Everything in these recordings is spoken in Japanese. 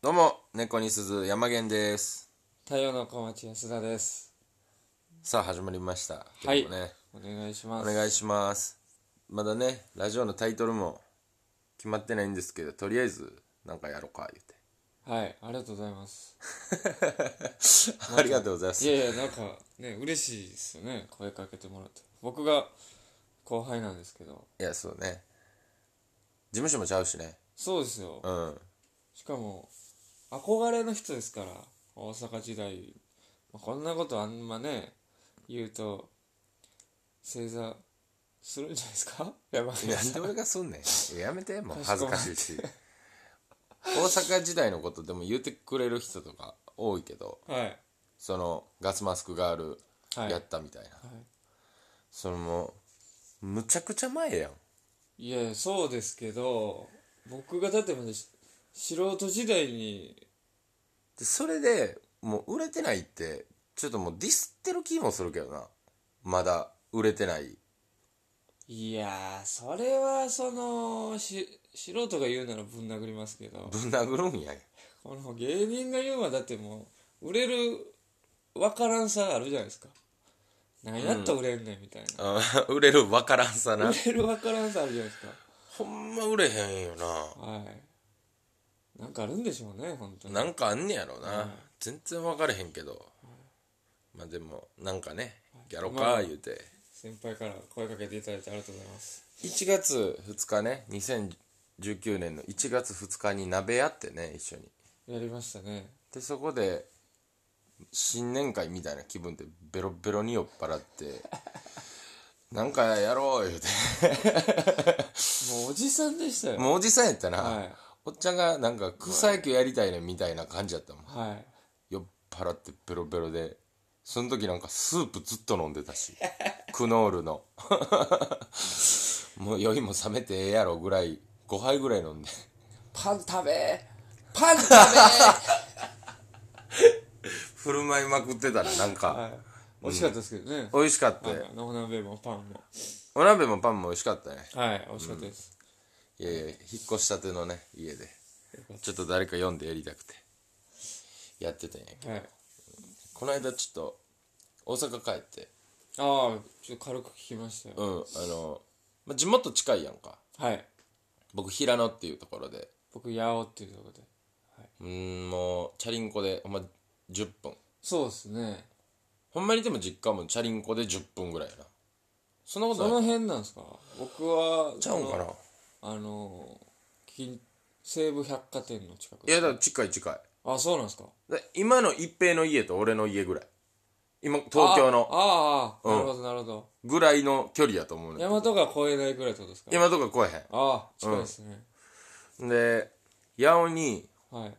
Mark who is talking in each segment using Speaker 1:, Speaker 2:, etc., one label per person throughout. Speaker 1: どうも、猫に鈴山源です。
Speaker 2: 太陽の小町安田です
Speaker 1: さあ、始まりました。
Speaker 2: はい
Speaker 1: 今日もね、
Speaker 2: お願いしま
Speaker 1: お
Speaker 2: す
Speaker 1: 願いします。まだね、ラジオのタイトルも決まってないんですけど、とりあえず、なんかやろうか、言う
Speaker 2: はいありがとうございます
Speaker 1: て。ありがとうございます。
Speaker 2: いやいやなんかね嬉しいですよね声かけてもらって僕が後輩なんですけど
Speaker 1: いや、そうね。事務所もちゃうしね。
Speaker 2: そうですよ
Speaker 1: うん。
Speaker 2: しかも憧れの人ですから大阪時代まあこんなことあんまね言うと正座するんじゃないですか やばい
Speaker 1: な
Speaker 2: や
Speaker 1: んで俺がすんねん。いややめて、もう
Speaker 2: かしこ
Speaker 1: 恥ず
Speaker 2: まり
Speaker 1: かしいし。大阪時代のことでも言うてくれる人とか多いけど、
Speaker 2: はいはい
Speaker 1: その、ガスマスクガールやったみたいな。それもう、むちゃくちゃ前やん。
Speaker 2: いやそうですけど僕がだってまだし素人時代に
Speaker 1: でそれでもう売れてないってちょっともうディスってる気もするけどなまだ売れてない
Speaker 2: いやーそれはそのし素人が言うならぶん殴りますけど
Speaker 1: ぶん殴るんやん
Speaker 2: この芸人が言うのはだってもう売れる分からんさあるじゃないですか何やったら売れんねんみたいな、
Speaker 1: あー売れるわからん さな
Speaker 2: 売れる分からんさあるじゃないです
Speaker 1: ほんま売れへんよ
Speaker 2: かはいなんかあるんでしょうね本当
Speaker 1: な
Speaker 2: に
Speaker 1: なんかあんねやろな、全然分かれへんけどまあでもなんかねやろ
Speaker 2: ま
Speaker 1: か
Speaker 2: あ
Speaker 1: 言うて
Speaker 2: 先輩から声かけていただいてありがとうございます
Speaker 1: 1月2日ね2019年の1月2日に鍋やってね一緒に
Speaker 2: やりましたね
Speaker 1: でそこで新年会みたいな気分でベロベロに酔っ払って なんかやろう言うて
Speaker 2: もうおじさんでしたよ
Speaker 1: もうおじさんやったな、
Speaker 2: はい
Speaker 1: おっちゃんがなんか草野球やりたいねみたいな感じやったもん
Speaker 2: はい
Speaker 1: 酔っ払ってベロベロでその時なんかスープずっと飲んでたし クノールの もう酔いも覚めてええやろぐらい5杯ぐらい飲んで
Speaker 2: パン食べパン食べ
Speaker 1: 振る舞いまくってたらなん
Speaker 2: は
Speaker 1: か
Speaker 2: い美味しかったですけどね、
Speaker 1: 美味しかった、
Speaker 2: はいお鍋もパンも
Speaker 1: お鍋もパンも美味しかったね
Speaker 2: はい美味しかったです、
Speaker 1: いやいや引っ越したてのね家でちょっと誰か読んでやりたくてやってたんやけど
Speaker 2: はい
Speaker 1: この間ちょっと大阪帰って
Speaker 2: ああちょっと軽く聞きましたよ、
Speaker 1: うんあの、まあ、地元近いやんか
Speaker 2: はい
Speaker 1: 僕平野っていうところで
Speaker 2: 僕八尾っていうところで、はい、
Speaker 1: うんもうチャリンコでほんま10分
Speaker 2: そうですね
Speaker 1: ほんまにでも実家もチャリンコで10分ぐらいやなそんなこ
Speaker 2: そ
Speaker 1: と
Speaker 2: の
Speaker 1: ない
Speaker 2: 辺なんですか僕は
Speaker 1: ちゃうんかな
Speaker 2: あの近西武百貨店の近く
Speaker 1: いやだから近い近い
Speaker 2: あそうなんですか
Speaker 1: で今の一平の家と俺の家ぐらい今東京の
Speaker 2: あああ
Speaker 1: うん
Speaker 2: あ、なるほどなるほど
Speaker 1: ぐらいの距離やと思うねん
Speaker 2: 大和が越えないぐらいってことですか
Speaker 1: 今とか来えへん
Speaker 2: ああ近いですね、
Speaker 1: で八尾に
Speaker 2: はい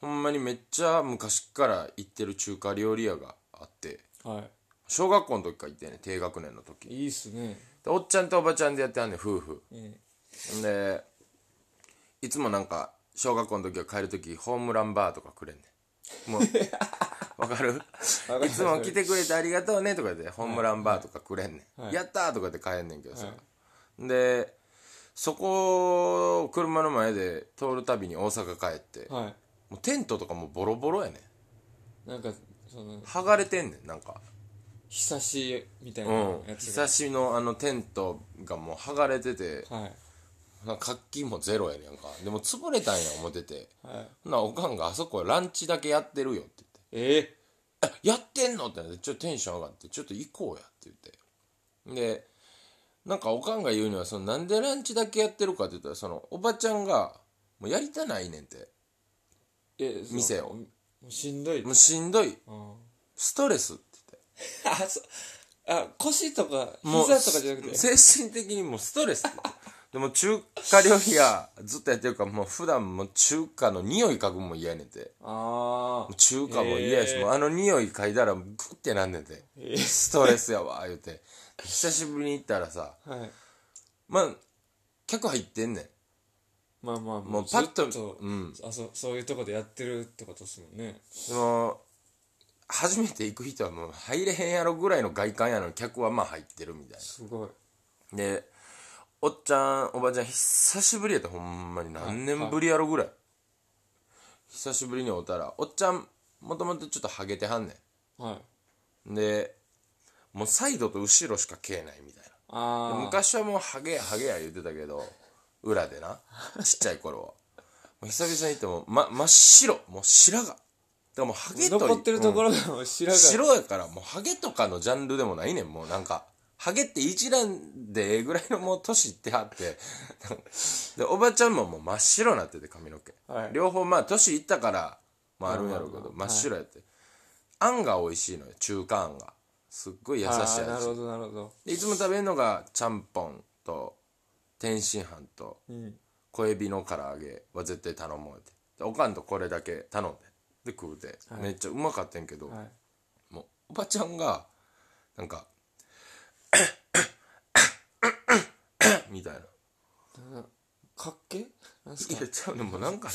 Speaker 1: ほんまにめっちゃ昔から行ってる中華料理屋があって
Speaker 2: は
Speaker 1: 小学校の時から行ってんねん低学年の時
Speaker 2: いいいっすね
Speaker 1: でおっちゃんとおばちゃんでやってはんねん夫婦
Speaker 2: うん
Speaker 1: でいつもなんか小学校の時は帰る時ホームランバーとかくれんねんも うわかるいつも来てくれてありがとうねとかでホームランバーとかくれんねん、
Speaker 2: はい
Speaker 1: やったーとかで帰んねんけどさ、
Speaker 2: は
Speaker 1: でそこを車の前で通るたびに大阪帰って、
Speaker 2: はい
Speaker 1: もうテントとかもうボロボロやねん
Speaker 2: なんかその
Speaker 1: 剥がれてんねんなんか
Speaker 2: ひさしみたいうなんやつ
Speaker 1: 久
Speaker 2: が、
Speaker 1: しのあのテントがもう剥がれてて
Speaker 2: はい
Speaker 1: なんか活気もゼロやねんかでも潰れたんや思ってて
Speaker 2: はい
Speaker 1: ほなおかんがあそこランチだけやってるよって
Speaker 2: ええ
Speaker 1: 言って「えやってんの?」ってなってちょっとテンション上がって「ちょっと行こうや」って言ってでなんかおかんが言うにはそのなんでランチだけやってるかって言ったらそのおばちゃんがもうやりたないねんって
Speaker 2: えそう
Speaker 1: 店を
Speaker 2: もうしんどい
Speaker 1: もうしんどい
Speaker 2: うん
Speaker 1: ストレスって言って
Speaker 2: あそあ腰とか
Speaker 1: もう
Speaker 2: 膝とかじゃなくて
Speaker 1: 精神的にもうストレス でも中華料理屋ずっとやってるからもう普段もう中華の匂い嗅ぐのも嫌やねんて
Speaker 2: ああ
Speaker 1: 中華も嫌やし、
Speaker 2: へー
Speaker 1: もうあの匂い嗅いだらグッてなんねんて、
Speaker 2: えー
Speaker 1: ストレスやわ言うて久しぶりに行ったらさ
Speaker 2: はい
Speaker 1: まあ客入ってんねん
Speaker 2: まあまあ
Speaker 1: もうパッと
Speaker 2: ずっ
Speaker 1: うん
Speaker 2: あそそういうとこでやってるってことですもんね
Speaker 1: その初めて行く人はもう入れへんやろぐらいの外観やのに客はまあ入ってるみたいな
Speaker 2: すごい
Speaker 1: でおっちゃんおばちゃん久しぶりやったほんまに何年ぶりやろぐらい、久しぶりに会うたらおっちゃんもともとちょっとハゲてはんね
Speaker 2: はい
Speaker 1: んでもうサイドと後ろしか消えないみたい
Speaker 2: あ
Speaker 1: な
Speaker 2: ー
Speaker 1: 昔はもうハゲやハゲや言ってたけど裏でなちっちゃい頃はもう久々に行っても、ま、真っ白もう白がでもうハゲと
Speaker 2: 残ってるとこ
Speaker 1: ろ、
Speaker 2: ろがもう白
Speaker 1: うん
Speaker 2: が
Speaker 1: 白やからもうハゲとかのジャンルでもないねんもうなんかハゲって一覧でええぐらいのもう年いってはって でおばちゃんももう真っ白なってて髪の毛、
Speaker 2: はい
Speaker 1: 両方まあ年いったからまああるんやろうけ
Speaker 2: まあま
Speaker 1: ど
Speaker 2: あま
Speaker 1: 真
Speaker 2: あ
Speaker 1: っ白やって、あんが美味しいのよ中華あんがすっごい優しい
Speaker 2: あ
Speaker 1: 味
Speaker 2: ーなるほどなるほど
Speaker 1: でいつも食べるのがちゃんぽんと天津飯と
Speaker 2: うん
Speaker 1: 小エビの唐揚げは絶対頼もうってでおかんとこれだけ頼んでで食うて、めっちゃうまかったんやけど、
Speaker 2: はい
Speaker 1: もうおばちゃんがなんかみたいな
Speaker 2: かっけなんす
Speaker 1: い
Speaker 2: か
Speaker 1: やちゃうねもうなんかな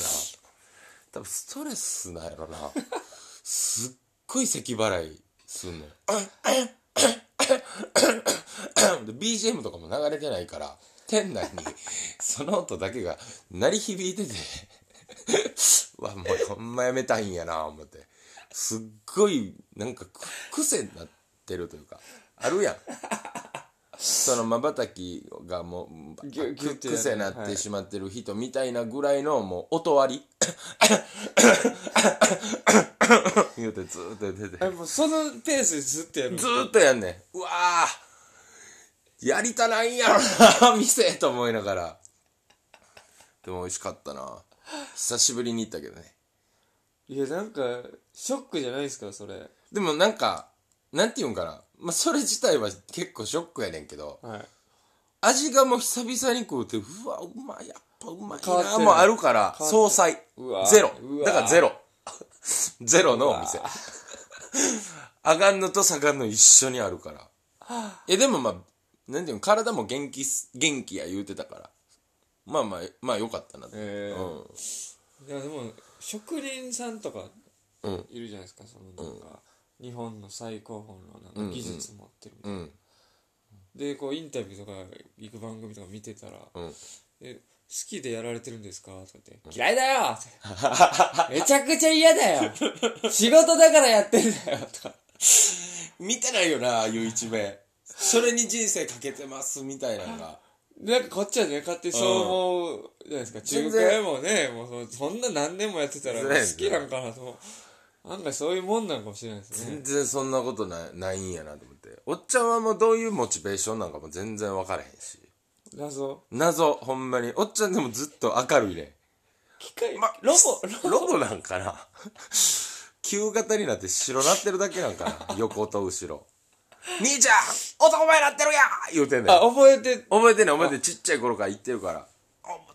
Speaker 1: 多分ストレスなんやろなすっごい咳払いすんのよで BGM とかも流れてないから店内にその音だけが鳴り響いててうわもうほんまやめたいんやな思ってすっごいなんかく癖になってるというかあるやんそのまばたきがもう
Speaker 2: ぎゅぎゅってやる
Speaker 1: 癖になっ
Speaker 2: は
Speaker 1: て
Speaker 2: い
Speaker 1: しまってる人みたいなぐらいのもう音割り言うてずーっと出て
Speaker 2: えもうそのペースでずっとやる
Speaker 1: ずーっとやんねんうわーやりたないんやろな 店と思いながらでも美味しかったな久しぶりに行ったけどね
Speaker 2: いやなんかショックじゃないですかそれ
Speaker 1: でもなんかなんて言うんかな、まあ、それ自体は結構ショックやねんけど
Speaker 2: はい
Speaker 1: 味がもう久々に食うてうわうまいやっぱうまい
Speaker 2: 変わって
Speaker 1: な
Speaker 2: る
Speaker 1: もうあるから
Speaker 2: 変わってる
Speaker 1: 総菜
Speaker 2: うわ
Speaker 1: ゼロ
Speaker 2: うわ
Speaker 1: だからゼロ ゼロのお店上がんのと下がんの一緒にあるからいやでもまあなんていうの体も元気す元気や言うてたからまあまあまあよかったなって、
Speaker 2: ええ
Speaker 1: うん
Speaker 2: いやでも職人さんとか
Speaker 1: うん
Speaker 2: いるじゃないですかそのなんか、日本の最高峰のなん
Speaker 1: うんうん
Speaker 2: か技術持ってるみたいな、
Speaker 1: うん
Speaker 2: でこうインタビューとか行く番組とか見てたら
Speaker 1: うん
Speaker 2: 「え好きでやられてるんですか?」とか言って「嫌いだよ!」ってめちゃくちゃ嫌だよ仕事だからやってんだよ」とか
Speaker 1: 見てないよなああいう一面それに人生かけてますみたいなのが
Speaker 2: なんかこっちはね勝手にそう思うじゃないですか
Speaker 1: 全
Speaker 2: 中
Speaker 1: 然
Speaker 2: 華屋もねもうそそんな何年もやってたら
Speaker 1: 全然
Speaker 2: 好きなんかなと思う案外そういうもんなんかもしれないですね
Speaker 1: 全然そんなことないないんやなと思っておっちゃんはもうどういうモチベーションなんかも全然分からへんし
Speaker 2: 謎
Speaker 1: 謎ほんまにおっちゃんでもずっと明るいね
Speaker 2: 機械、
Speaker 1: ま
Speaker 2: ロボロボ
Speaker 1: ロボなんかな旧型になって白なってるだけなんかな横と後ろ兄ちゃん男前なってるやん言うてんねん
Speaker 2: あ覚えて
Speaker 1: 覚えてんねん覚えてんちっちゃい頃から言ってるから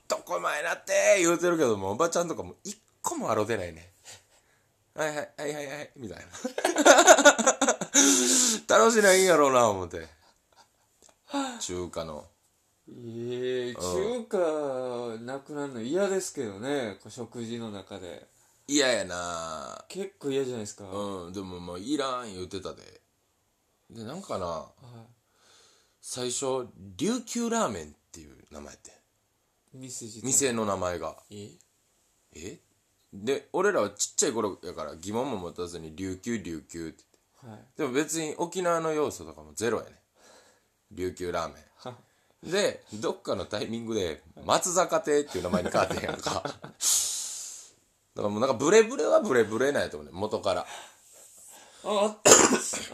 Speaker 1: 男前なって言うてるけどもおばちゃんとかも一個もあろ出ないねはいはいはいはいはいみたい な楽しないんやろうな思って中華の
Speaker 2: ええ中華なくなるの嫌ですけどねこう食事の中で
Speaker 1: 嫌やな
Speaker 2: 結構嫌じゃないですか、は
Speaker 1: うんでももういらん言うてたででなんかない最初琉球ラーメンっていう名前やって
Speaker 2: 店自体
Speaker 1: 店の名前が
Speaker 2: え
Speaker 1: えで俺らはちっちゃい頃やから疑問も持たずに琉球琉球って
Speaker 2: はい
Speaker 1: でも別に沖縄の要素とかもゼロやね琉球ラーメ
Speaker 2: は
Speaker 1: ンでどっかのタイミングで松坂亭っていう名前に変わってんやんかだからもうなんかブレブレはブレブレなんやと思うね元から
Speaker 2: ああ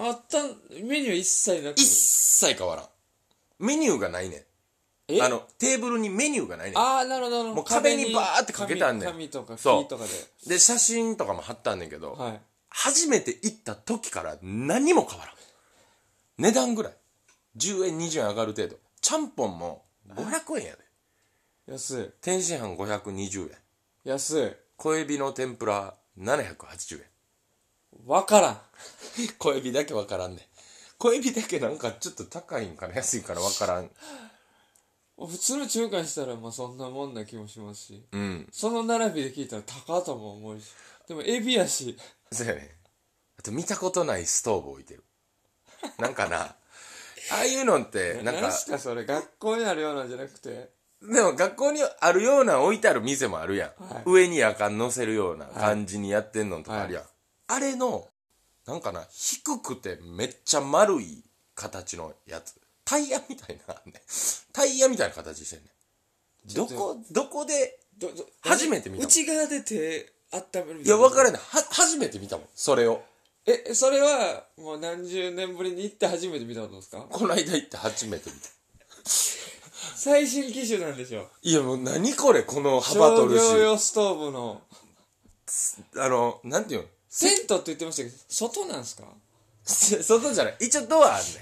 Speaker 2: あったメニュー一切なく
Speaker 1: 一切変わらんメニューがないね
Speaker 2: え
Speaker 1: んあのテーブルにメニューがないねん
Speaker 2: ああなるほどなる
Speaker 1: も
Speaker 2: ほど
Speaker 1: う壁にバーってかけたんねん
Speaker 2: 紙紙とか木
Speaker 1: そう
Speaker 2: とかで
Speaker 1: で写真とかも貼ったんだけど、
Speaker 2: はい
Speaker 1: 初めて行った時から何も変わらん値段ぐらい10円20円上がる程度ちゃんぽんも500円やで
Speaker 2: 安い
Speaker 1: 天津飯520円
Speaker 2: 安い
Speaker 1: 小エビの天ぷら780円
Speaker 2: わからん
Speaker 1: 小エビだけわからんね小エビだけなんかちょっと高いんかな安いんからわからん
Speaker 2: 普通の中華にしたらまあそんなもんな気もしますし
Speaker 1: うん
Speaker 2: その並びで聞いたら高とも思うしでもエビやし
Speaker 1: そうやねあと見たことないストーブ置いてる なんかなああいうのってなん
Speaker 2: 何
Speaker 1: か
Speaker 2: すかそれ学校にあるようなんじゃなくて
Speaker 1: でも学校にあるような置いてある店もあるやん。
Speaker 2: はい
Speaker 1: 上にやかん乗せるような感じにやってんのとかあるやん。あれの、なんかな、低くてめっちゃ丸い形のやつ。タイヤみたいな、ね、タイヤみたいな形してんねん。
Speaker 2: ち
Speaker 1: ど
Speaker 2: ょっと
Speaker 1: こ、どこで、
Speaker 2: どど
Speaker 1: 初めて見た
Speaker 2: 内側で手温めるみ
Speaker 1: いや、わかららない。は、初めて見たもん。それを。
Speaker 2: えそれはもう何十年ぶりに行って初めて見たことですか
Speaker 1: この間行って初めて見た。
Speaker 2: 最新機種なんでしょ
Speaker 1: いや、もう何これ、この
Speaker 2: 商
Speaker 1: 幅取るし。
Speaker 2: 業用ストーブの
Speaker 1: あの、なんていうの
Speaker 2: テントって言ってましたけど外なんですか
Speaker 1: せ外じゃない。一応ドアあんねん。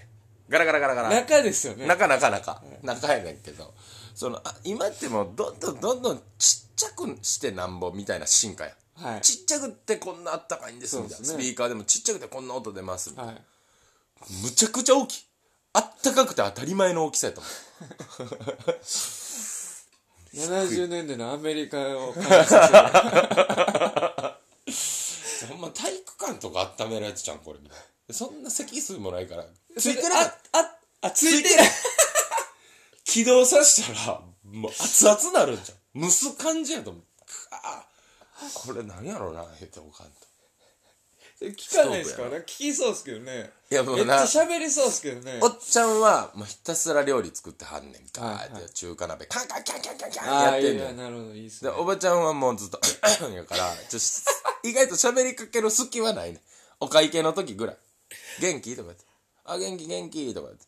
Speaker 1: ガラガラガラガラ。
Speaker 2: 中ですよね
Speaker 1: なかなかなか、中やねんけど、その、あ今ってもうどんどんどんどんちっちゃくしてなんぼみたいな進化や。
Speaker 2: はい
Speaker 1: ちっちゃくってこんなあったかいんですみたいな。
Speaker 2: そうです
Speaker 1: ス
Speaker 2: ね
Speaker 1: ピーカーでもちっちゃくてこんな音出ますみたいな。
Speaker 2: はい
Speaker 1: むちゃくちゃ大きい。あったかくて当たり前の大きさやと思う。
Speaker 2: 70年代のアメリカを感じ
Speaker 1: ほんま体育館とか温めるやつじゃん、これみたいな。そんな席数もないから。ついてなかった。
Speaker 2: あああついて
Speaker 1: ない。起動させたら、もう熱々なるんじゃん。蒸す感じやと思う。くわーこれなんやろな、ヘておかんと。
Speaker 2: 聞かないですか
Speaker 1: ストーブや
Speaker 2: なんか聞きそうですけどね
Speaker 1: いやも
Speaker 2: め
Speaker 1: う
Speaker 2: っち
Speaker 1: な
Speaker 2: ゃ喋りそうですけどね
Speaker 1: おっちゃんはもうひたすら料理作ってはんねんか、
Speaker 2: はいはい
Speaker 1: で中華鍋カンカンキャンキャンキャンキャン
Speaker 2: あ
Speaker 1: や
Speaker 2: あ
Speaker 1: っ
Speaker 2: い
Speaker 1: て
Speaker 2: い
Speaker 1: んね
Speaker 2: なんなるほどいいっす
Speaker 1: で
Speaker 2: ね
Speaker 1: おばちゃんはもうずっと やからちょし意外と喋りかける隙はないねんお会計の時ぐらい「元気?」とか言って「あ元気元気」とか言って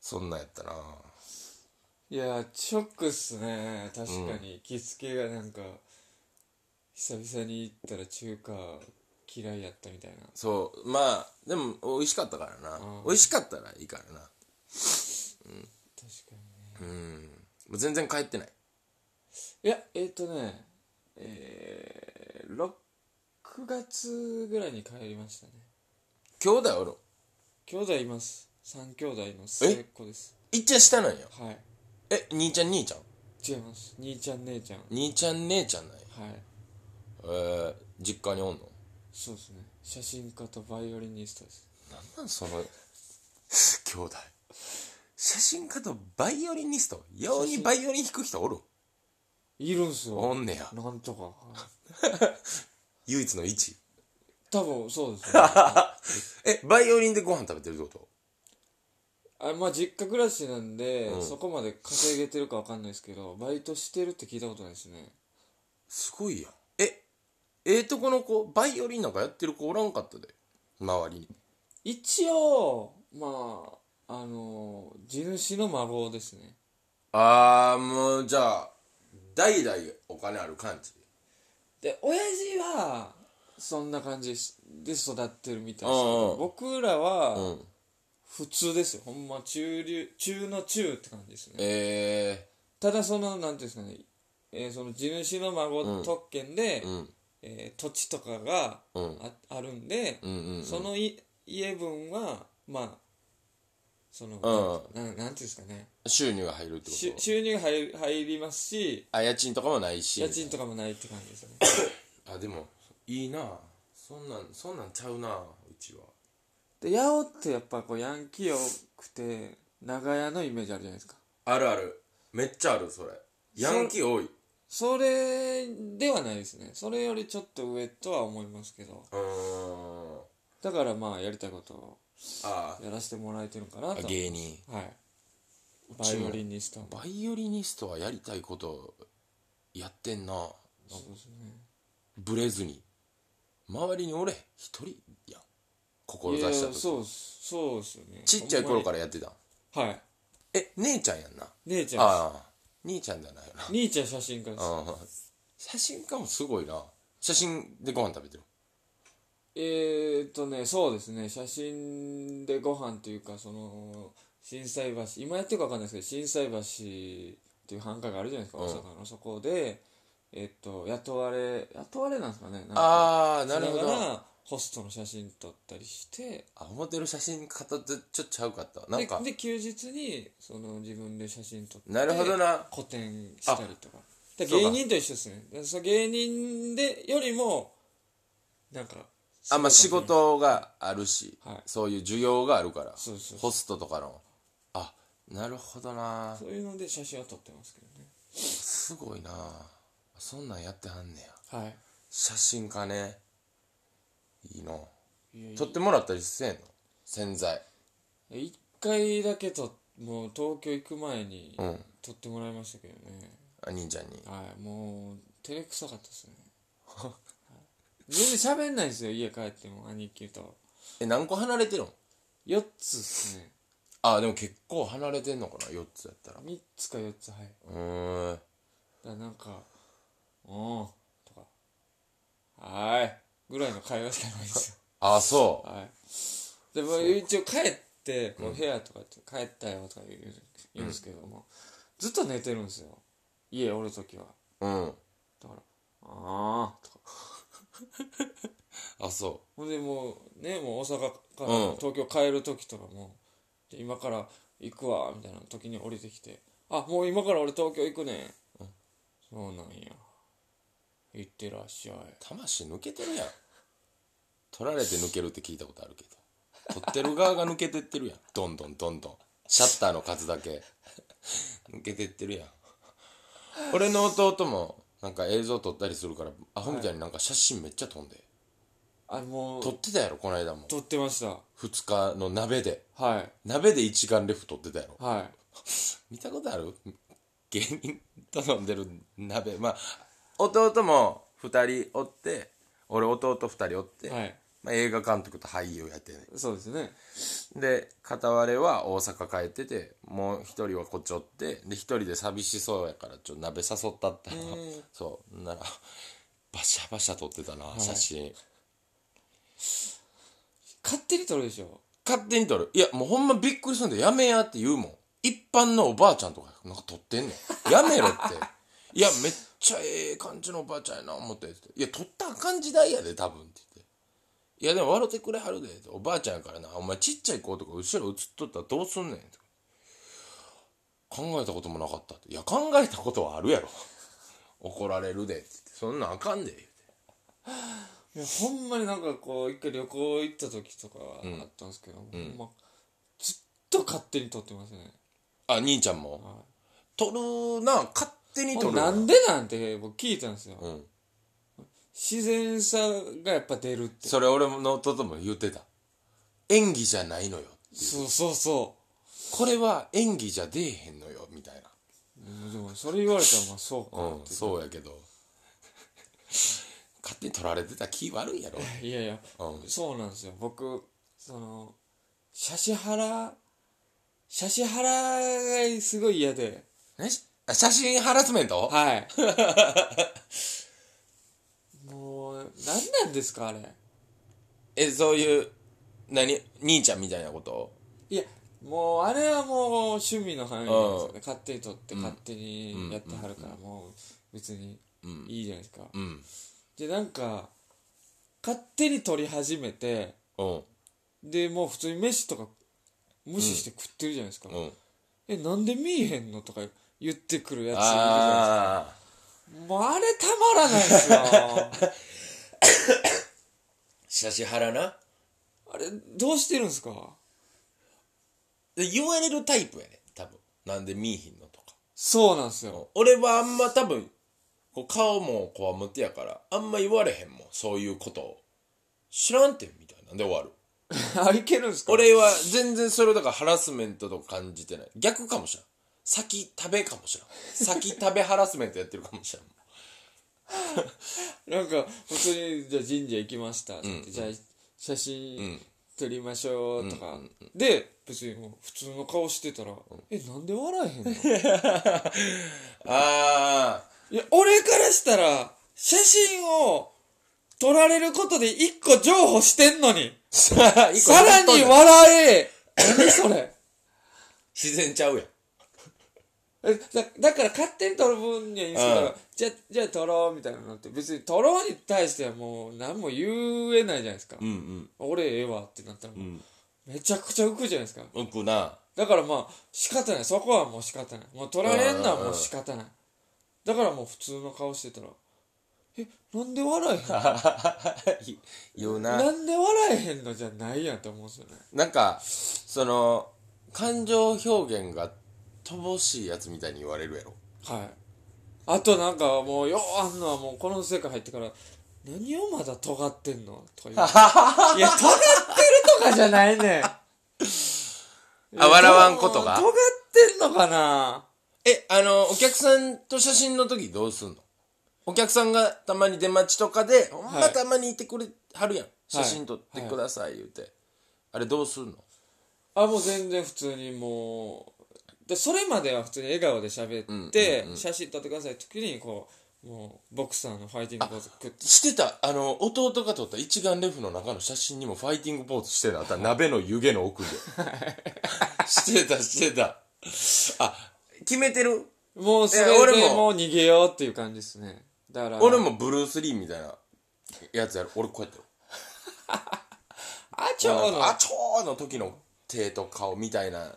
Speaker 1: そんなんやったない
Speaker 2: やショックっすね確かに着付けがなんか久々に行ったら中華嫌いやったみたいな
Speaker 1: そうまあでも美味しかったからな、
Speaker 2: うん
Speaker 1: 美味しかったらいいからな
Speaker 2: 確かにね
Speaker 1: うんもう全然帰ってない
Speaker 2: いやえっ、とねえー、6月ぐらいに帰りましたね
Speaker 1: 兄弟おる
Speaker 2: 兄弟います3兄弟の末っ子です
Speaker 1: いっちゃん下なんや
Speaker 2: はい
Speaker 1: え兄ちゃん兄ちゃん
Speaker 2: 違います兄ちゃん姉ちゃんは
Speaker 1: 兄ちゃん姉ちゃんなんや
Speaker 2: い
Speaker 1: えー、実家におんの
Speaker 2: そうですね写真家とバイオリニストです
Speaker 1: なんなんその 兄弟写真家とバイオリニストようにバイオリン弾く人おる
Speaker 2: いるんすよ
Speaker 1: おんねや
Speaker 2: なんとかはい
Speaker 1: 唯一の一
Speaker 2: 多分そうですよね
Speaker 1: えバイオリンでご飯食べてるってこ
Speaker 2: あまあ実家暮らしなんで、
Speaker 1: うん
Speaker 2: そこまで稼げてるかわかんないですけどバイトしてるって聞いたことないですね
Speaker 1: とすごいやんえええとこの子バイオリンなんかやってる子おらんかったで周りに
Speaker 2: 一応まああの地主の孫ですね
Speaker 1: ああもうじゃあ代々お金ある感じ
Speaker 2: で親父はそんな感じで育ってるみたいですけ
Speaker 1: うんう
Speaker 2: ど
Speaker 1: ん
Speaker 2: 僕らは
Speaker 1: ん
Speaker 2: 普通ですよほんま中流中の中って感じですね
Speaker 1: え
Speaker 2: ただそのなんていうんですかね、えーその地主の孫特権で、
Speaker 1: えうん
Speaker 2: えー土地とかが
Speaker 1: うん
Speaker 2: ああるんで、
Speaker 1: うんうんうん
Speaker 2: そのい家分はまあその、
Speaker 1: う
Speaker 2: なんなんていうんですかね
Speaker 1: 収入が入るってこ
Speaker 2: し
Speaker 1: と
Speaker 2: 収入が入る入りますし
Speaker 1: あ家賃とかもないし
Speaker 2: 家賃とかもないって感じですよね
Speaker 1: あでもいいなそんなんそんなんちゃうなうちは
Speaker 2: で八尾ってやっぱこうヤンキー多くて長屋のイメージあるじゃないですか
Speaker 1: あるあるめっちゃあるそれヤンキー多い
Speaker 2: それではないですねそれよりちょっと上とは思いますけど
Speaker 1: うーん
Speaker 2: だからまあやりたいことを
Speaker 1: あ
Speaker 2: やらせてもらえてるのかな
Speaker 1: あ
Speaker 2: と
Speaker 1: 芸人
Speaker 2: はいバ
Speaker 1: ち
Speaker 2: イ
Speaker 1: も
Speaker 2: オリニストも
Speaker 1: バイオリニストはやりたいことやってんな
Speaker 2: そうですね
Speaker 1: ブレずに周りに俺一人やん
Speaker 2: いや
Speaker 1: 志したと
Speaker 2: そうっすそうっすよね
Speaker 1: ちっちゃい頃かららやってたん
Speaker 2: はい
Speaker 1: え姉ちゃんやんな
Speaker 2: 姉ちゃんです
Speaker 1: ああ兄ちゃんじゃないよな
Speaker 2: 兄ちゃん写真家です
Speaker 1: ああ写真家もすごいな写真でご飯食べてる
Speaker 2: えーっとねそうですね写真でご飯というかその心斎橋今やってるか分かんないですけど心斎橋っていう繁華街あるじゃないですか、
Speaker 1: うん
Speaker 2: 大阪のそこでえっと雇われ雇われなんですかねなんか
Speaker 1: ああなるほ
Speaker 2: しなが
Speaker 1: ど
Speaker 2: らホストの写真撮ったりして
Speaker 1: あ思ってる写真方とちょっとちゃうかったなん
Speaker 2: で
Speaker 1: か
Speaker 2: で休日にその自分で写真撮って
Speaker 1: なるほどな
Speaker 2: 個展したりとかで
Speaker 1: そうか
Speaker 2: 芸人と一緒ですねでその芸人でよりもなんか
Speaker 1: あまあ仕事があるし、
Speaker 2: はい
Speaker 1: そういう需要があるから
Speaker 2: そうそうそう
Speaker 1: ホストとかのあなるほどな
Speaker 2: そういうので写真は撮ってますけどね
Speaker 1: すごいなそんなんやってはんねや
Speaker 2: は
Speaker 1: 写真家ねいいの
Speaker 2: いいや
Speaker 1: 撮ってもらったりせえんの洗剤
Speaker 2: 一回だけともう東京行く前に
Speaker 1: うん
Speaker 2: 撮ってもらいましたけどね、
Speaker 1: あ兄ちゃんに
Speaker 2: はいもう照れくさかったですね全然喋んないですよ家帰っても兄貴と
Speaker 1: え何個離れてるん
Speaker 2: 4つっすね
Speaker 1: あでも結構離れてんのかな4つやったら
Speaker 2: 3つか4つはいう
Speaker 1: ーん
Speaker 2: だからなんか「おん」とか「はーい」ぐらいの会話しかないんですよ
Speaker 1: あそう
Speaker 2: はい、でも一応帰ってこう部屋とかって「帰ったよ」とか言う言うんですけども、ずっと寝てるんですよ家おる時は
Speaker 1: うん
Speaker 2: だから「ああ」とか
Speaker 1: あそ
Speaker 2: ほんでもうねもう大阪から
Speaker 1: うん
Speaker 2: 東京帰る時とかも「で今から行くわ」みたいな時に降りてきて「あもう今から俺東京行くね」そうなんや行ってらっしゃいう
Speaker 1: 魂抜けてるやん取られて抜けるって聞いたことあるけど取ってる側が抜けてってるやんどんどんどんどんシャッターの数だけ抜けてってるやん俺の弟もなんか映像撮ったりするからアホみたいになんか写真めっちゃ飛んで、
Speaker 2: あもう
Speaker 1: 撮ってたやろこの間も
Speaker 2: 撮ってました
Speaker 1: 2日の鍋で
Speaker 2: はい
Speaker 1: 鍋で一眼レフ撮ってたやろ
Speaker 2: はい
Speaker 1: 見たことある芸人と飲んでる鍋まあ弟も2人おって俺弟2人おって、
Speaker 2: はい
Speaker 1: まあ、映画監督と俳優やってね
Speaker 2: そうですね
Speaker 1: で片割れは大阪帰っててもう一人はこっちおってで一人で寂しそうやからちょっと鍋誘ったったら、
Speaker 2: うん
Speaker 1: そうならバシャバシャ撮ってたな、
Speaker 2: い
Speaker 1: 写真
Speaker 2: 勝手に撮るでしょ
Speaker 1: 勝手に撮るいやもうほんまびっくりするんだよやめやって言うもん一般のおばあちゃんとかなんか撮ってんねんやめろっていやめっちゃええ感じのおばあちゃんやな思ってっていや撮ったらあかん時代やで多分って言っていやでも笑ってくれはるでおばあちゃんやからなお前ちっちゃい子とか後ろ映っとったらどうすんねんとか考えたこともなかったっていや考えたことはあるやろ怒られるでって言ってそんなんあかんで言って
Speaker 2: いやほんまになんかこう一回旅行行った時とかあったんですけど、ほんまずっと勝手に撮ってますね
Speaker 1: あ兄ちゃんも撮るな勝手に撮る
Speaker 2: なんでなんて僕聞いたんですよ、
Speaker 1: うん
Speaker 2: 自然さがやっぱ出るって
Speaker 1: それ俺の弟も言ってた。演技じゃないのよ。
Speaker 2: そうそうそ
Speaker 1: これは演技じゃ出えへんのよ、みたいな。
Speaker 2: ううんでもそれ言われたらまあそうか
Speaker 1: うん、そうやけど。 勝手に取られてた気悪いやろ。
Speaker 2: いやいや
Speaker 1: うん。
Speaker 2: そうなんですよ僕そのシャシハラシャシハラがすごい嫌で
Speaker 1: ねしあ写真ハラスメント
Speaker 2: はい もう何なんですかあれ
Speaker 1: え、そういう、何兄ちゃんみたいなこと
Speaker 2: いやもうあれはもう趣味の範囲なんですよね勝手に撮って勝手にやってはるからもう別にいいじゃないですか
Speaker 1: うん。
Speaker 2: でなんか勝手に撮り始めて
Speaker 1: うん。
Speaker 2: でもう普通に飯とか無視して食ってるじゃないですか、
Speaker 1: うん。
Speaker 2: えなんで見えへんのとか言ってくるやついるじゃ
Speaker 1: ああ。
Speaker 2: ないですかもうあれたまらないですよ
Speaker 1: 写真ハラな。
Speaker 2: あれどうしてるんですか
Speaker 1: で言われるタイプやね。多分。なんで見えひんのとか。
Speaker 2: そうなんですよ
Speaker 1: 俺はあんま多分こう顔もこわむてやからあんま言われへんもんそういうことを知らんてみたいなんで終わる
Speaker 2: あれいけるんですか
Speaker 1: 俺は全然それだからハラスメントとか感じてない逆かもしれん先食べかもしれん先食べハラスメントやってるかもしれん
Speaker 2: なんか普通にじゃあ神社行きましたって言って、じゃあ写真撮りましょうとか、で別にもう普通の顔してたら、えなんで笑えへんの い
Speaker 1: ああ
Speaker 2: や俺からしたら写真を撮られることで一個譲歩してんのに
Speaker 1: さら
Speaker 2: さらに笑え何それ
Speaker 1: 自然ちゃうやん
Speaker 2: えだだから勝手に撮る分にはいいんですけど、
Speaker 1: うん
Speaker 2: じゃじゃあ撮ろうみたいなのって別に撮ろうに対してはもう何も言えないじゃないですか、
Speaker 1: うんうん
Speaker 2: 俺ええわってなったらもう、めちゃくちゃ浮くじゃないですか
Speaker 1: うんくな
Speaker 2: だからまあ仕方ないそこはもう仕方ないもう取られんのはもう仕方ないだからもう普通の顔してたらえなんで笑えへんの
Speaker 1: 言うな
Speaker 2: なんで笑えへんのじゃないやんと思うんですよね
Speaker 1: なんかその感情表現が乏しいやつみたいに言われるやろ
Speaker 2: はいあとなんかもうようあんのはもうこの世界入ってから何をまだ尖ってんの とか言ういや尖ってるとかじゃないねん
Speaker 1: あ笑わんことが
Speaker 2: いや尖ってんのかな
Speaker 1: えあのお客さんと写真の時どうすんのお客さんがたまに出待ちとかで、ほんまたまにいてくれはるやん写真撮ってください言うて、あれどうすんの
Speaker 2: あもう全然普通にもうでそれまでは普通に笑顔で喋
Speaker 1: うん
Speaker 2: っ
Speaker 1: うん
Speaker 2: て
Speaker 1: うん
Speaker 2: 写真撮ってくださいって時にこうもうボクサーのファイティングポーズくっ
Speaker 1: してたあの弟が撮った一眼レフの中の写真にもファイティングポーズしてなあった鍋の湯気の奥で してたしてたあ決めてる
Speaker 2: もうそれ
Speaker 1: いや俺
Speaker 2: で
Speaker 1: も
Speaker 2: もう逃げようっていう感じですねだから
Speaker 1: 俺もブルース・リーみたいなやつやる俺こうやって
Speaker 2: あちょーの
Speaker 1: あちょーの時の手と顔みたいな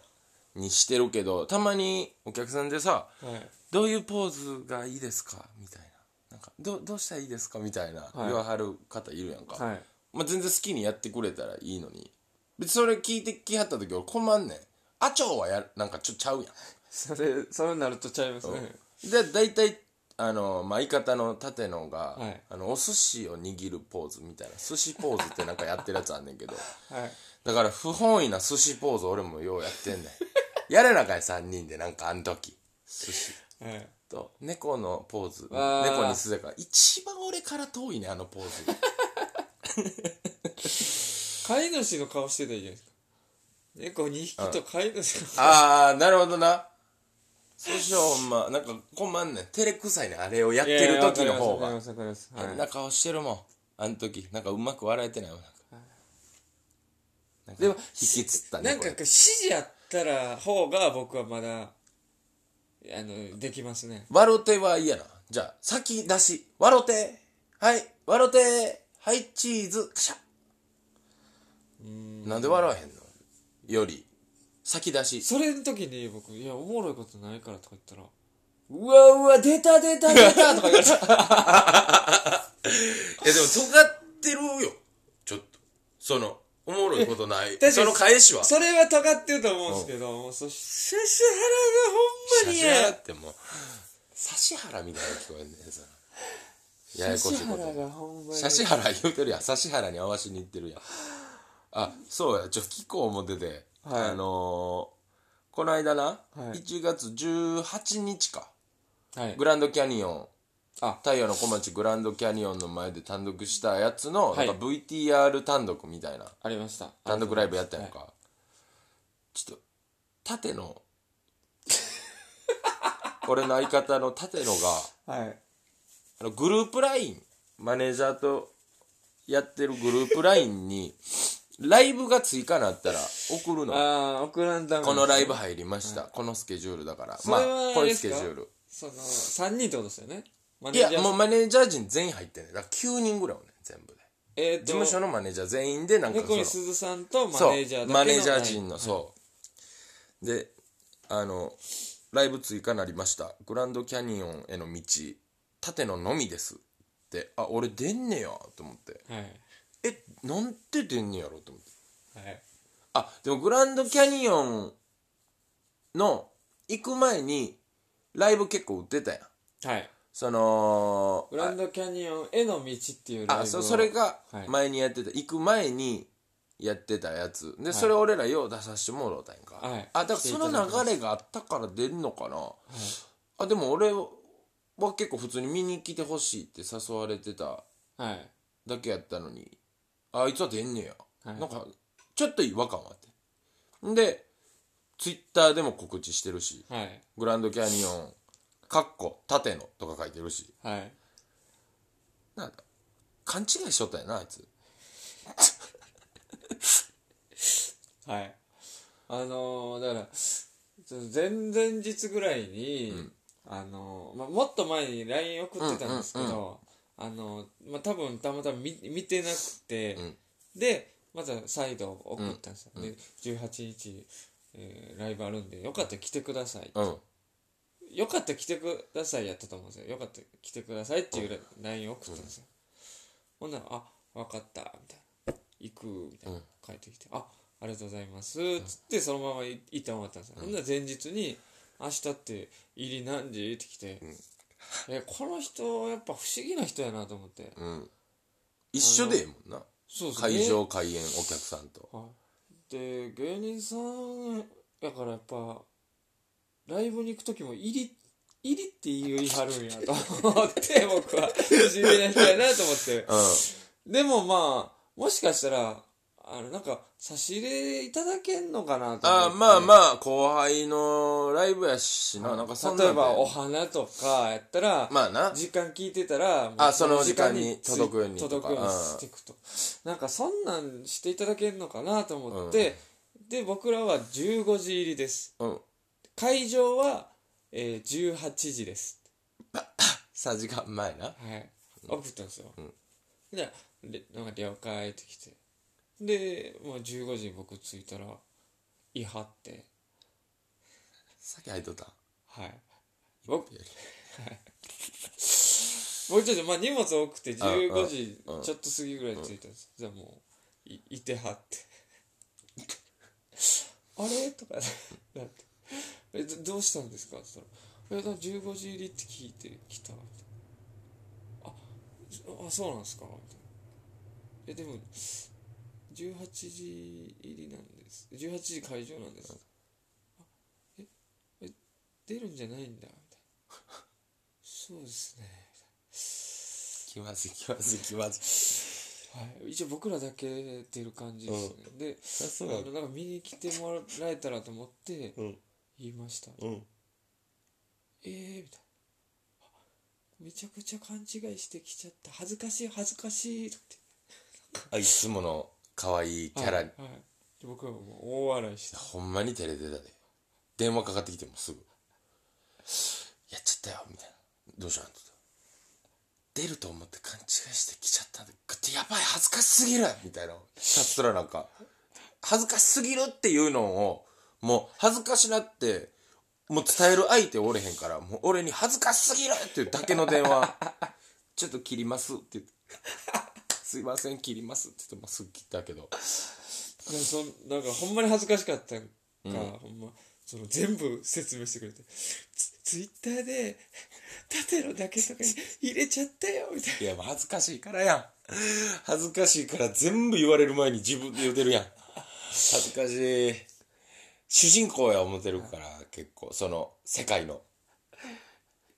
Speaker 1: にしてるけどたまにお客さんでさ
Speaker 2: はい
Speaker 1: どういうポーズがいいですかみたいななんかどどうしたらいいですかみたいな
Speaker 2: い
Speaker 1: 言わはる方いるやんか、
Speaker 2: はい
Speaker 1: まあ、全然好きにやってくれたらいいのに別にそれ聞いてきはった時俺困んねんあちょーはやるなんかちょちゃうや
Speaker 2: それそれになるとちゃいますね
Speaker 1: んで大体あの、まあ、相方の舘野が、
Speaker 2: はい
Speaker 1: あのお寿司を握るポーズみたいな寿司ポーズってなんかやってるやつあんねんけど
Speaker 2: はい
Speaker 1: だから不本意な寿司ポーズ俺もようやってんね んやれなかい3人でなんかあん時寿司
Speaker 2: はい
Speaker 1: と猫のポーズ
Speaker 2: わー
Speaker 1: 猫にすれから一番俺から遠いねあのポーズ
Speaker 2: 飼い主の顔してたらいいじゃないですか猫2匹と飼い主の
Speaker 1: ああなるほどなそうしようほんまなんか困んねん照れくさいねあれ をやってる時の方が
Speaker 2: いやいやわかりますわかります
Speaker 1: あん
Speaker 2: は
Speaker 1: な顔してるもんあの時なんかうまく笑えてないもんなんかなんか
Speaker 2: でも
Speaker 1: 引きつった
Speaker 2: い
Speaker 1: ね
Speaker 2: なんか
Speaker 1: こ
Speaker 2: 指示やったら方が僕はまだあのできますね
Speaker 1: れ笑うては嫌なじゃあ先出し笑うてはい笑うてはいチーズカシャなんで笑わへんのより先出し
Speaker 2: それの時に僕「いやおもろいことないから」とか言ったら「うわうわ出た出た出た」とか言われ
Speaker 1: い
Speaker 2: た
Speaker 1: やでも尖ってるよちょっとそのおもろいことないその返しは
Speaker 2: それは尖ってると思うんですけどもうそシャシハラがほんまに
Speaker 1: 指原
Speaker 2: や
Speaker 1: ってもう指原みたいに聞こえんねんそのややこ
Speaker 2: シ
Speaker 1: しい
Speaker 2: ャシ
Speaker 1: こ
Speaker 2: ハ
Speaker 1: と
Speaker 2: ラがほんまに
Speaker 1: 指原言うてるやん指原に合わしに行ってるやんあそうやちょ聞こう思ってて、
Speaker 2: はい
Speaker 1: あのー、この間な、
Speaker 2: はい
Speaker 1: 1月18日か
Speaker 2: はい
Speaker 1: グランドキャニオン
Speaker 2: あ
Speaker 1: 太陽の小町グランドキャニオンの前で単独したやつの、
Speaker 2: はい
Speaker 1: なんか VTR 単独みたいな
Speaker 2: ありました
Speaker 1: 単独ライブやったやんか、ちょっと舘野 俺の相方の舘野が
Speaker 2: はい
Speaker 1: あのグループラインマネージャーとやってるグループラインにライブが追加なったら送る
Speaker 2: あ
Speaker 1: の
Speaker 2: あ送らんため
Speaker 1: このライブ
Speaker 2: は
Speaker 1: 入りました、このスケジュールだから
Speaker 2: そ
Speaker 1: ま
Speaker 2: れ
Speaker 1: あ
Speaker 2: は
Speaker 1: こ
Speaker 2: あ
Speaker 1: ういう
Speaker 2: れで
Speaker 1: ス
Speaker 2: す
Speaker 1: ケ
Speaker 2: か
Speaker 1: ジュール
Speaker 2: その3人ってことですよねマ
Speaker 1: い
Speaker 2: ネージャー
Speaker 1: やもうマネージャー陣全員入ってんねんだから9人ぐらいおんねん全部で
Speaker 2: え
Speaker 1: 事
Speaker 2: ーと
Speaker 1: 務所のマネージャー全員でなんか
Speaker 2: 猫に
Speaker 1: その
Speaker 2: 鈴さんとマ
Speaker 1: そう
Speaker 2: ネージャーだけの
Speaker 1: マネージャー陣のそう、であのライブ追加なりましたグランドキャニオンへの道縦ののみですってあ俺出んねやと思って
Speaker 2: はい
Speaker 1: えなんて出んねやろと思って
Speaker 2: はい
Speaker 1: あでもグランドキャニオンの行く前にライブ結構売ってたやん
Speaker 2: はい
Speaker 1: その
Speaker 2: グランドキャニオンへの道っていうライブを
Speaker 1: あそそれが
Speaker 2: はい
Speaker 1: 前にやってた、行く前にやってたやつで、それ俺らよう出させてもらうたんやんか、
Speaker 2: はい
Speaker 1: あだからその流れがあったから出んのかな、あでも俺は結構普通に見に来てほしいって誘われてた
Speaker 2: はい
Speaker 1: だけやったのにあいつは出んねや、
Speaker 2: はい
Speaker 1: なんかちょっと違和感はあってんでツイッターでも告知してるし
Speaker 2: はい
Speaker 1: グランドキャニオン「かっこ縦の」とか書いてるし
Speaker 2: はい
Speaker 1: なんか勘違いしとったよなあいつ
Speaker 2: はいあのー、だからちょっと前々日ぐらいに、あのーまあ、もっと前に LINE 送ってたんですけど、
Speaker 1: うんうん
Speaker 2: あのーまあ、多分たまたま見見てなくて、
Speaker 1: ん
Speaker 2: でまた再度送ったんですよ、で18日、えーライブあるんでよかったら来てください、
Speaker 1: うん
Speaker 2: よかったら来てくださいやったと思うんですよ。よかったら来てくださいっていう LINE を送ったんですよ。ほんなら、あ、わかった、みたいな。行く、みたいな。帰ってきて、あ、ありがとうございます」つってそのままい行ってもらったんですよ、ほんなら前日に「明日って入り何時?」って来て、えこの人やっぱ不思議な人やなと思って、
Speaker 1: うん一緒でええもんな
Speaker 2: そうそう
Speaker 1: 会場開演お客さんと
Speaker 2: はい、で芸人さんやからやっぱライブに行く時も入り入りって言い張るんやと思っ て僕は不思議な人やなと思って
Speaker 1: うん
Speaker 2: でもまあもしかしたらあのなんか差し入れいただけんのかなと思っ
Speaker 1: あ
Speaker 2: て
Speaker 1: まあまあ後輩のライブやしななんかそんなんで
Speaker 2: 例えばお花とかやったら、
Speaker 1: まあな
Speaker 2: 時間聞いてたら
Speaker 1: あその
Speaker 2: 時間に
Speaker 1: 時間に届くようにとか
Speaker 2: 届くよう
Speaker 1: うん
Speaker 2: にしていくと、なんかそんなんしていただけるのかなと思って、で僕らは15時入りです
Speaker 1: うん
Speaker 2: 会場は、えー、18時です
Speaker 1: 3時間前な
Speaker 2: はい送ったんですよ、
Speaker 1: うん
Speaker 2: ででなんか了解って来てでもう15時に僕着いたらいはって
Speaker 1: さっき入っとった
Speaker 2: はい僕 僕ちょっとまあ荷物多くて15時
Speaker 1: うんうん
Speaker 2: ちょっと過ぎぐらいに着いたんですじゃあもういいてはって あれとかなってえどどうしたんですかって言ったら「えなんか15時入りって聞いてきた」みたいなああそうなんですか」みたいな「えでも18時入りなんです18時会場なんです」あええ出るんじゃないんだ」みたいな「そうですね」
Speaker 1: 気まずい気まずい気まずい
Speaker 2: はい、一応僕らだけ出る感じですね、で
Speaker 1: そ
Speaker 2: あのなんか見に来てもらえたらと思って
Speaker 1: うん
Speaker 2: 言いました、
Speaker 1: うん
Speaker 2: えーみたいなめちゃくちゃ勘違いしてきちゃった恥ずかしい恥ずかしいとか言
Speaker 1: あいつもの可愛いキ
Speaker 2: って
Speaker 1: ャラ、
Speaker 2: はいはいで僕はもう大笑いして
Speaker 1: ほんまに照れてたで電話かかってきてもすぐ「やっちゃったよ」みたいな「どうしたん?」って言ったら出ると思って勘違いして来ちゃったんで「ってやばい恥ずかしすぎる!」みたいなひたすらなんか恥ずかしすぎるっていうのをもう恥ずかしなってもう伝える相手おれへんからもう俺に恥ずかしすぎるっていうだけの電話ちょっと切りますって言って「すいません切ります」って言ってもうすぐ切ったけど
Speaker 2: でもそんなんかほんまに恥ずかしかったんか、
Speaker 1: うん
Speaker 2: ほんまその全部説明してくれてツツイッターで 縦のだけとかに入れちゃったよみたいない
Speaker 1: や、もう恥ずかしいからやん。恥ずかしいから全部言われる前に自分で言うてるやん。恥ずかしい。主人公や思ってるから、結構、その、世界の。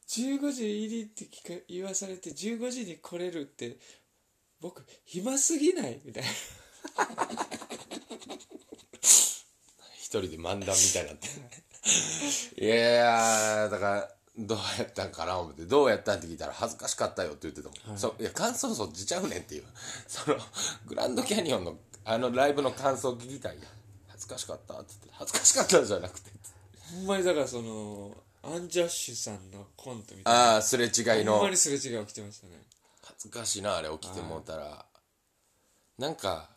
Speaker 2: 15時入りって聞か言わされて15時に来れるって僕暇すぎないみたいな
Speaker 1: 一人で漫談みたいになって。いやー、だから、どうやったんかな思って、どうやったんって聞いたら、恥ずかしかったよって言ってたもん。そう、いや、感想そっちちゃうねんっていう。その、グランドキャニオンの、あのライブの感想聞きたいやん。恥ずかしかったって言って、恥ずかしかったじゃなくて。
Speaker 2: ほんまにだからそのアンジャッシュさんのコントみたい
Speaker 1: あー、すれ違い
Speaker 2: な
Speaker 1: の。
Speaker 2: ほんまにすれ違い起きてましたね
Speaker 1: 恥ずかしいなあれ起きてもうたら、なんか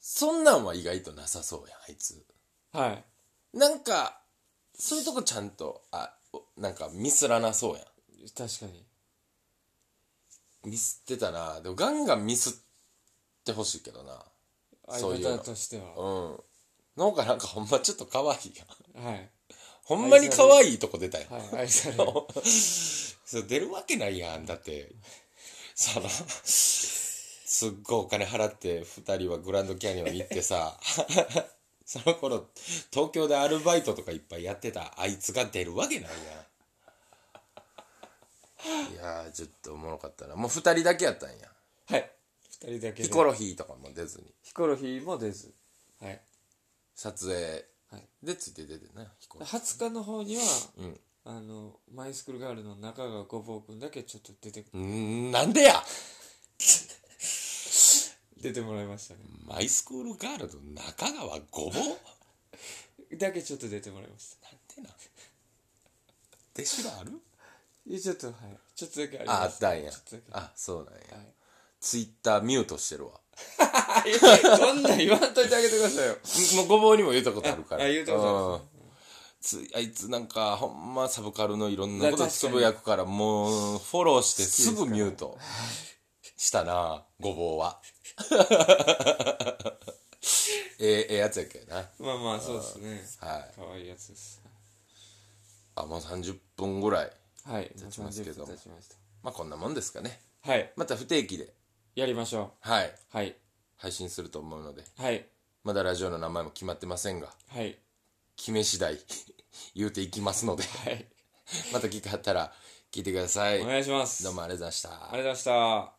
Speaker 1: そんなんは意外となさそうやんあいつ
Speaker 2: はい
Speaker 1: なんかそういうとこちゃんとあおなんかミスらなそうや
Speaker 2: 確かに
Speaker 1: んミスってたなでもガンガンミスってほしいけどなそう
Speaker 2: 相
Speaker 1: いうの
Speaker 2: 方としては
Speaker 1: うんの方がなんかほんまちょっと可愛いやん
Speaker 2: はい
Speaker 1: ほんまに可愛いとこ出たやん、
Speaker 2: はい 愛される
Speaker 1: そう出るわけないやんだってそのすっごいお金払って2人はグランドキャニオン行ってさ その頃東京でアルバイトとかいっぱいやってたあいつが出るわけないやんいやーちょっとおもろかったなもう2人だけやったんや
Speaker 2: はい2人だけで
Speaker 1: ヒコロヒーとかも出ずに
Speaker 2: ヒコロヒーも出ずはい
Speaker 1: 撮影
Speaker 2: はい
Speaker 1: でついて出てなヒコロヒ
Speaker 2: 20日の方には
Speaker 1: ーうん
Speaker 2: あのマイスクールガールの中川ごぼう君だけちょっと出て
Speaker 1: うーんなんでや
Speaker 2: 出てもらいましたね
Speaker 1: マイスクールガールの中川ごぼうなん
Speaker 2: だけちょっと出てもらいました
Speaker 1: でなん弟子がある
Speaker 2: いやちょっとはいちょっとだけあり
Speaker 1: ああ
Speaker 2: ま
Speaker 1: っ
Speaker 2: す
Speaker 1: たんや
Speaker 2: ちょっとだ
Speaker 1: あそうなんや、
Speaker 2: はい
Speaker 1: ツイッターミュートしてるわ
Speaker 2: けあいやそんなん言わんといてあげてくださいよ
Speaker 1: もうごぼうにも言うたことあるから
Speaker 2: ああ言うたことあるん
Speaker 1: うんつあいつなんかほんまサブカルのいろんなこと
Speaker 2: だ確か
Speaker 1: つ
Speaker 2: に
Speaker 1: ぶやくからもうフォローしてすぐミュートしたなごぼうはえ えええやつやっけな
Speaker 2: まあまあ、そうですね。
Speaker 1: はい
Speaker 2: 可愛いやつです。
Speaker 1: あもう30分ぐらい
Speaker 2: はい。
Speaker 1: 経ちますけど
Speaker 2: もう30分経ちまし
Speaker 1: まあこんなもんですかね
Speaker 2: たはい。
Speaker 1: また不定期で
Speaker 2: やりましょ。
Speaker 1: はいう
Speaker 2: はい。
Speaker 1: 配信すると思うので
Speaker 2: はい。
Speaker 1: まだラジオの名前も決まってませんが
Speaker 2: はい。
Speaker 1: 決め次第 言うていきますので
Speaker 2: はい。
Speaker 1: また聞かはったら聞いてください
Speaker 2: お願いします。
Speaker 1: どう
Speaker 2: あ
Speaker 1: もありがとうございました
Speaker 2: りがとうございました。